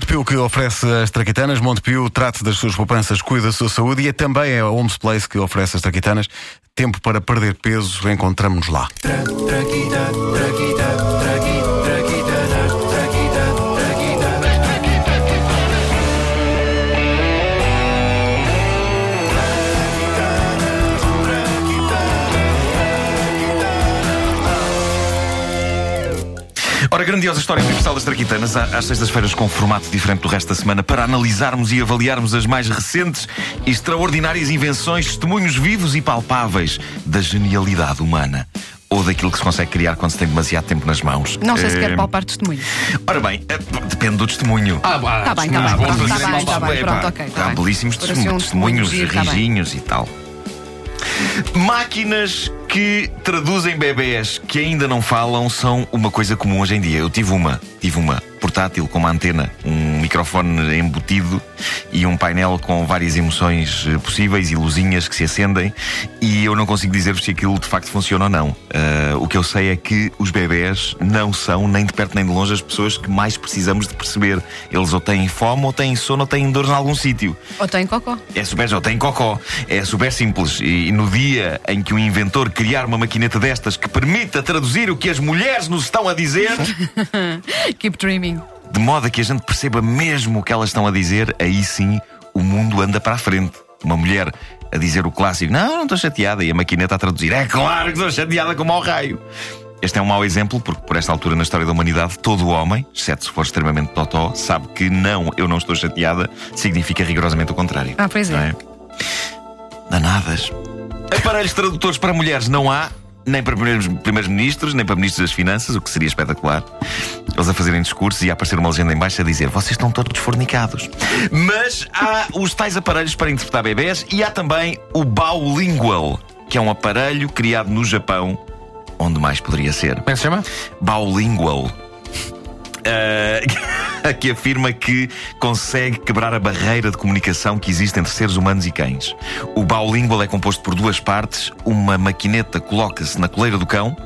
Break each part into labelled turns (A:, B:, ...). A: Montepio que oferece as traquitanas. Montepio trata das suas poupanças, cuida da sua saúde e é também a Homes Place que oferece as traquitanas. Tempo para perder peso, encontramos-nos lá.
B: Ora, grandiosa história universal das Traquitanas, à- às sextas-feiras com um formato diferente do resto da semana, para analisarmos e avaliarmos as mais recentes e extraordinárias invenções, testemunhos vivos e palpáveis da genialidade humana. Ou daquilo que se consegue criar quando se tem demasiado tempo nas mãos.
C: Não sei se
B: Eh,
C: quer palpar testemunho.
B: Ora bem, eh, p- depende do testemunho.
D: Ah, bah,
C: Tá bem, tá
D: testemunhos
C: bem,
D: bons,
C: tá
D: mas
C: bem,
D: animais
C: tá
D: maus.
C: bem.
B: Epá,
C: pronto, ok, tá
B: há
C: bem.
B: belíssimos
C: Parece
B: testemunhos,
C: um
B: testemunhos
C: testemunho giro, tá bem.
B: rijinhos e tal. Máquinas que traduzem bebés que ainda não falam são uma coisa comum hoje em dia. Eu tive uma, tive uma portátil com uma antena, um microfone embutido e um painel com várias emoções eh, possíveis e luzinhas que se acendem e eu não consigo dizer-vos se aquilo de facto funciona ou não. Ah, o que eu sei é que os bebés não são, nem de perto nem de longe, as pessoas que mais precisamos de perceber. Eles ou têm fome, ou têm sono, ou têm dores em algum sítio.
C: Ou tem cocó.
B: É super, ou tem cocó. É super simples. E, e no dia em que um inventor criar uma maquineta destas que permita traduzir o que as mulheres nos estão a dizer,
C: Keep dreaming.
B: de modo a que a gente perceba mesmo o que elas estão a dizer, aí sim o mundo anda para a frente. Uma mulher a dizer o clássico, não, não estou chateada, e a maquineta a traduzir, é claro que estou chateada como ao raio. Este é um mau exemplo, porque por esta altura na história da humanidade, todo homem, exceto se for extremamente totó, sabe que não, eu não estou chateada, significa rigorosamente o contrário.
C: Ah, pois é.
B: Não Danadas. Aparelhos tradutores para mulheres não há, nem para primeiros, primeiros ministros, nem para ministros das finanças, o que seria espetacular. Eles a fazerem discursos e a aparecer uma legenda em baixo a dizer vocês estão todos fornicados. Mas há os tais aparelhos para interpretar bebés e há também o Baolingual, que é um aparelho criado no Japão, onde mais poderia ser.
D: Como é que se chama?
B: Baolingual. Ah, que afirma que consegue quebrar a barreira de comunicação que existe entre seres humanos e cães. O Baolingual é composto por duas partes. Uma maquineta coloca-se na coleira do cão,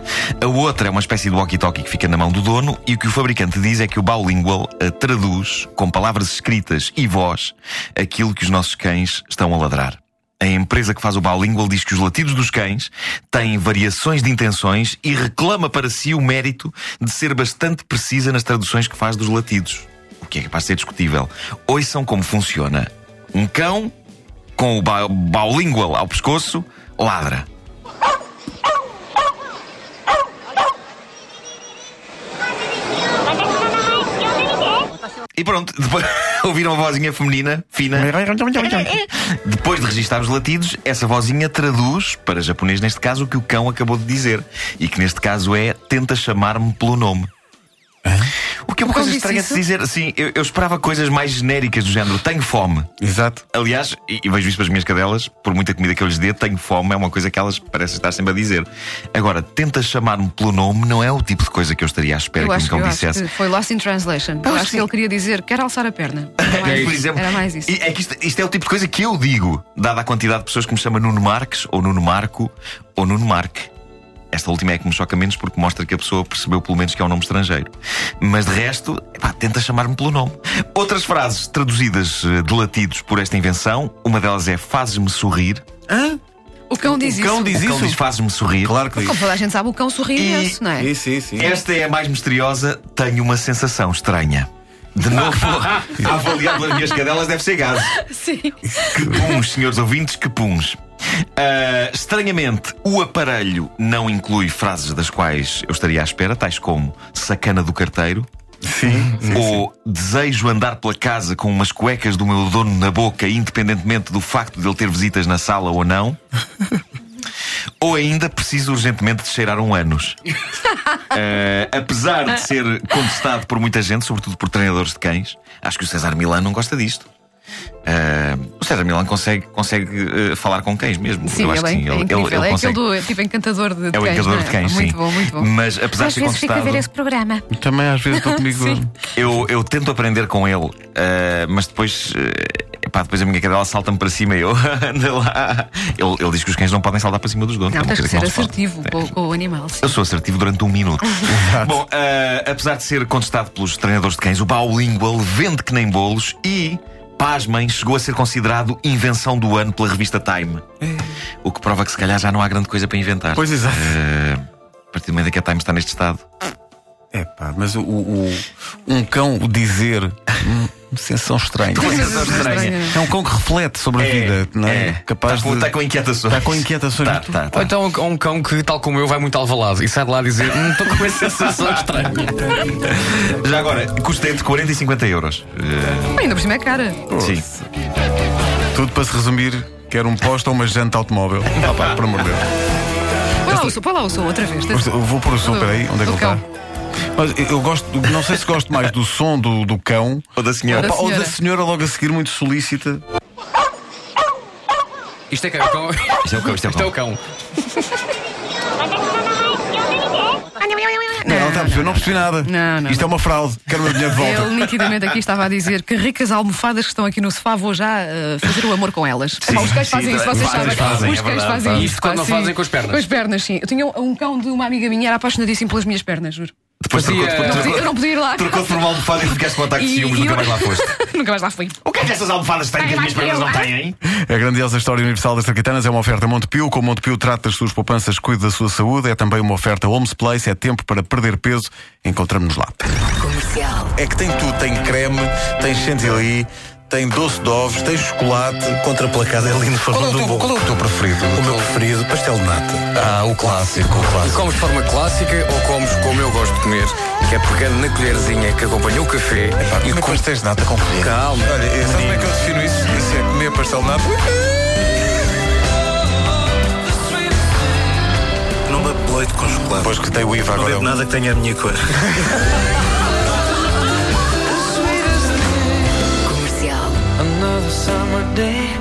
B: a outra é uma espécie de walkie-talkie que fica na mão do dono, e o que o fabricante diz é que o Baolingual ah, traduz, com palavras escritas e voz, aquilo que os nossos cães estão a ladrar. A empresa que faz o Baolingual diz que os latidos dos cães têm variações de intenções e reclama para si o mérito de ser bastante precisa nas traduções que faz dos latidos. O que é capaz de ser discutível. Ouçam como funciona. Um cão com o ba Baolingual ao pescoço ladra. E pronto, depois ouviram a vozinha feminina, fina. Depois de registar os latidos, essa vozinha traduz para japonês, neste caso, o que o cão acabou de dizer. E que neste caso é tenta chamar-me pelo nome. O que é uma
C: O
B: coisa
C: cão disse
B: estranha de se
C: isso?
B: dizer. Sim, eu, eu esperava coisas mais genéricas do género. Tenho fome.
A: Exato.
B: Aliás, e, e vejo isso para as minhas cadelas, por muita comida que eu lhes dê, tenho fome, é uma coisa que elas parecem estar sempre a dizer. Agora, tenta chamar-me pelo nome, não é o tipo de coisa que eu estaria à espera
C: Eu
B: que um
C: acho, que,
B: cão
C: eu acho
B: dissesse.
C: que foi Lost in Translation.
B: acho
C: Eu acho que
B: que-
C: ele queria dizer quer alçar a perna. Era mais-
B: É, Por exemplo,
C: Era mais isso.
B: e- É que isto, isto é o tipo de coisa que eu digo, dada a quantidade de pessoas que me chamam Nuno Marques, ou Nuno Marco, ou Nuno Marque. Esta última é que me choca menos porque mostra que a pessoa percebeu pelo menos que é um nome estrangeiro. Mas de resto, epá, tenta chamar-me pelo nome. Outras frases traduzidas eh, de latidos por esta invenção, uma delas é fazes-me sorrir.
C: O cão diz
D: O cão
C: isso.
D: diz
B: o cão
D: isso?
B: diz fazes-me sorrir.
A: Claro que diz.
C: Como toda a gente sabe, o cão sorri
B: E-
C: imenso, não é?
A: Sim, sim, sim.
B: Esta é a mais misteriosa. Tenho uma sensação estranha. De novo, a avaliar pelas minhas cadelas deve ser gás.
C: Sim.
B: Que puns, senhores ouvintes, que puns. Ah, estranhamente, o aparelho não inclui frases das quais eu estaria à espera, tais como sacana do carteiro
A: Sim, sim.
B: ou desejo andar pela casa com umas cuecas do meu dono na boca, independentemente do facto de ele ter visitas na sala ou não. ou ainda preciso urgentemente de cheirar um ânus. Eh, apesar de ser contestado por muita gente, sobretudo por treinadores de cães, acho que o César Milano não gosta disto. Ah, o César Milan consegue, consegue eh, falar com cães mesmo.
C: Sim,
B: eu acho
C: ele, é-
B: que sim.
C: é incrível. é aquele
B: consegue.
C: do é tipo encantador de, de
B: É o
C: cães.
B: indicador
C: não é?
B: de cães,
C: Muito
B: sim.
C: bom, muito bom.
B: Mas apesar de
D: Às
B: ser
D: vezes fico a
B: contestado,
D: ver esse programa.
A: Também às vezes estou comigo.
B: é
C: Sim.
B: eu, eu tento aprender com ele, ah, mas depois. eh, epá, depois a minha cadela salta-me para cima e eu anda lá. Ele, ele diz que os cães não podem saltar para cima dos donos.
C: Não,
B: é uma
C: tens
B: coisa
C: que
B: que
C: ser
B: não se faz.
C: assertivo com, com o animal. sim.
B: Eu sou assertivo durante um minuto. Bom, eh, apesar de ser contestado pelos treinadores de cães, o Baolingual vende que nem bolos e, pasmem, chegou a ser considerado invenção do ano pela revista Time.
C: É.
B: O que prova que se calhar já não há grande coisa para inventar.
A: Pois exato.
B: Eh, a partir do momento em que a Time está neste estado.
A: É pá, mas o, o- um cão dizer hum, uma sensação estranha.
B: Uma
C: Coisas
B: sensação estranha.
C: estranhas.
A: É um cão que reflete sobre a vida, não é? Capaz
B: está, Tá com,
A: de.
B: está com inquietações. Tá,
A: Está com inquietações.
B: Está, está,
E: Ou
B: está.
E: então há um cão que, tal como eu, vai muito alvalado e sai de lá a dizer: Hum, estou com essa sensação estranha.
B: Já agora, custa entre 40 e 50 euros. Eh,
C: Ainda por cima é cara.
B: sim.
A: Tudo para se resumir, quer um posto ou uma janta automóvel. Ah, pá, por amor de Deus.
C: Põe lá o som, põe lá o som outra vez.
A: Mas eu Vou pôr o som,
C: Do-
A: peraí, onde é que
C: do
A: ele está?
C: cão.
A: Mas eu- eu gosto, não sei se gosto mais do som do, do cão
B: Ou da senhora.
C: Da
A: pá, ou da
C: senhora.
A: senhora logo a seguir, muito solícita.
E: Isto é que é o cão.
B: Isto é o cão, isto é o
E: Isto é o
B: cão.
E: cão.
A: Não,
B: tá
A: não, está a perceber, não percebi nada.
C: Não, não,
A: Isto é uma fraude, quero o meu dinheiro de volta.
C: Ele É, nitidamente aqui estava a dizer que ricas almofadas que estão aqui no sofá, vou já eh, fazer o amor com elas. Epá, os cães
B: sim,
C: fazem isso, vocês
B: fazem,
C: sabem.
B: fazem,
C: os
B: é
C: cães
B: verdade,
C: fazem
B: fazem.
C: isso.
E: Isto quando não
C: pá, sim.
E: fazem com as pernas.
C: Com as pernas, sim. Eu tinha um cão de uma amiga minha, era apaixonadíssimo pelas minhas pernas, juro.
B: Depois
E: Fazia-
B: trocou-
E: Não
B: trocou-
C: podia- eu não podia ir lá.
B: Trocou-te por uma almofada e ficaste com um ataque de
C: E-
B: ciúmes,
C: e
B: nunca
C: eu-
B: mais lá foste.
C: Nunca mais lá fui.
B: O que é que essas almofadas têm que as minhas pernas não têm?
A: A grandiosa história universal das Traquitanas é uma oferta Montepio. Como Montepio trata das suas poupanças, cuida da sua saúde. É também uma oferta Homes Place. É tempo para perder peso. Encontramos-nos lá. É que tem tudo. Tem creme, tem chantilly, tem doce de ovos, tem chocolate.
F: Contraplacada é lindo, faz
E: Qual é o
F: muito
E: teu-
F: bom.
E: qual é o teu preferido?
F: O meu preferido, pastel de nata.
E: Ah, o clássico.
F: o clássico.
E: Comes de forma clássica ou comes como eu gosto de comer, que é pegando na colherzinha que acompanha o café e com
F: pastéis de nata com colher?
E: calma.
F: Olha, sabe como é que eu defino isso? Isso é comer pastel de nata. Não me apeleito com chocolate.
A: Pois que tem o IVA
F: não
A: agora.
F: bebo nada que tenha a minha cor.
G: Comercial.
H: Another summer day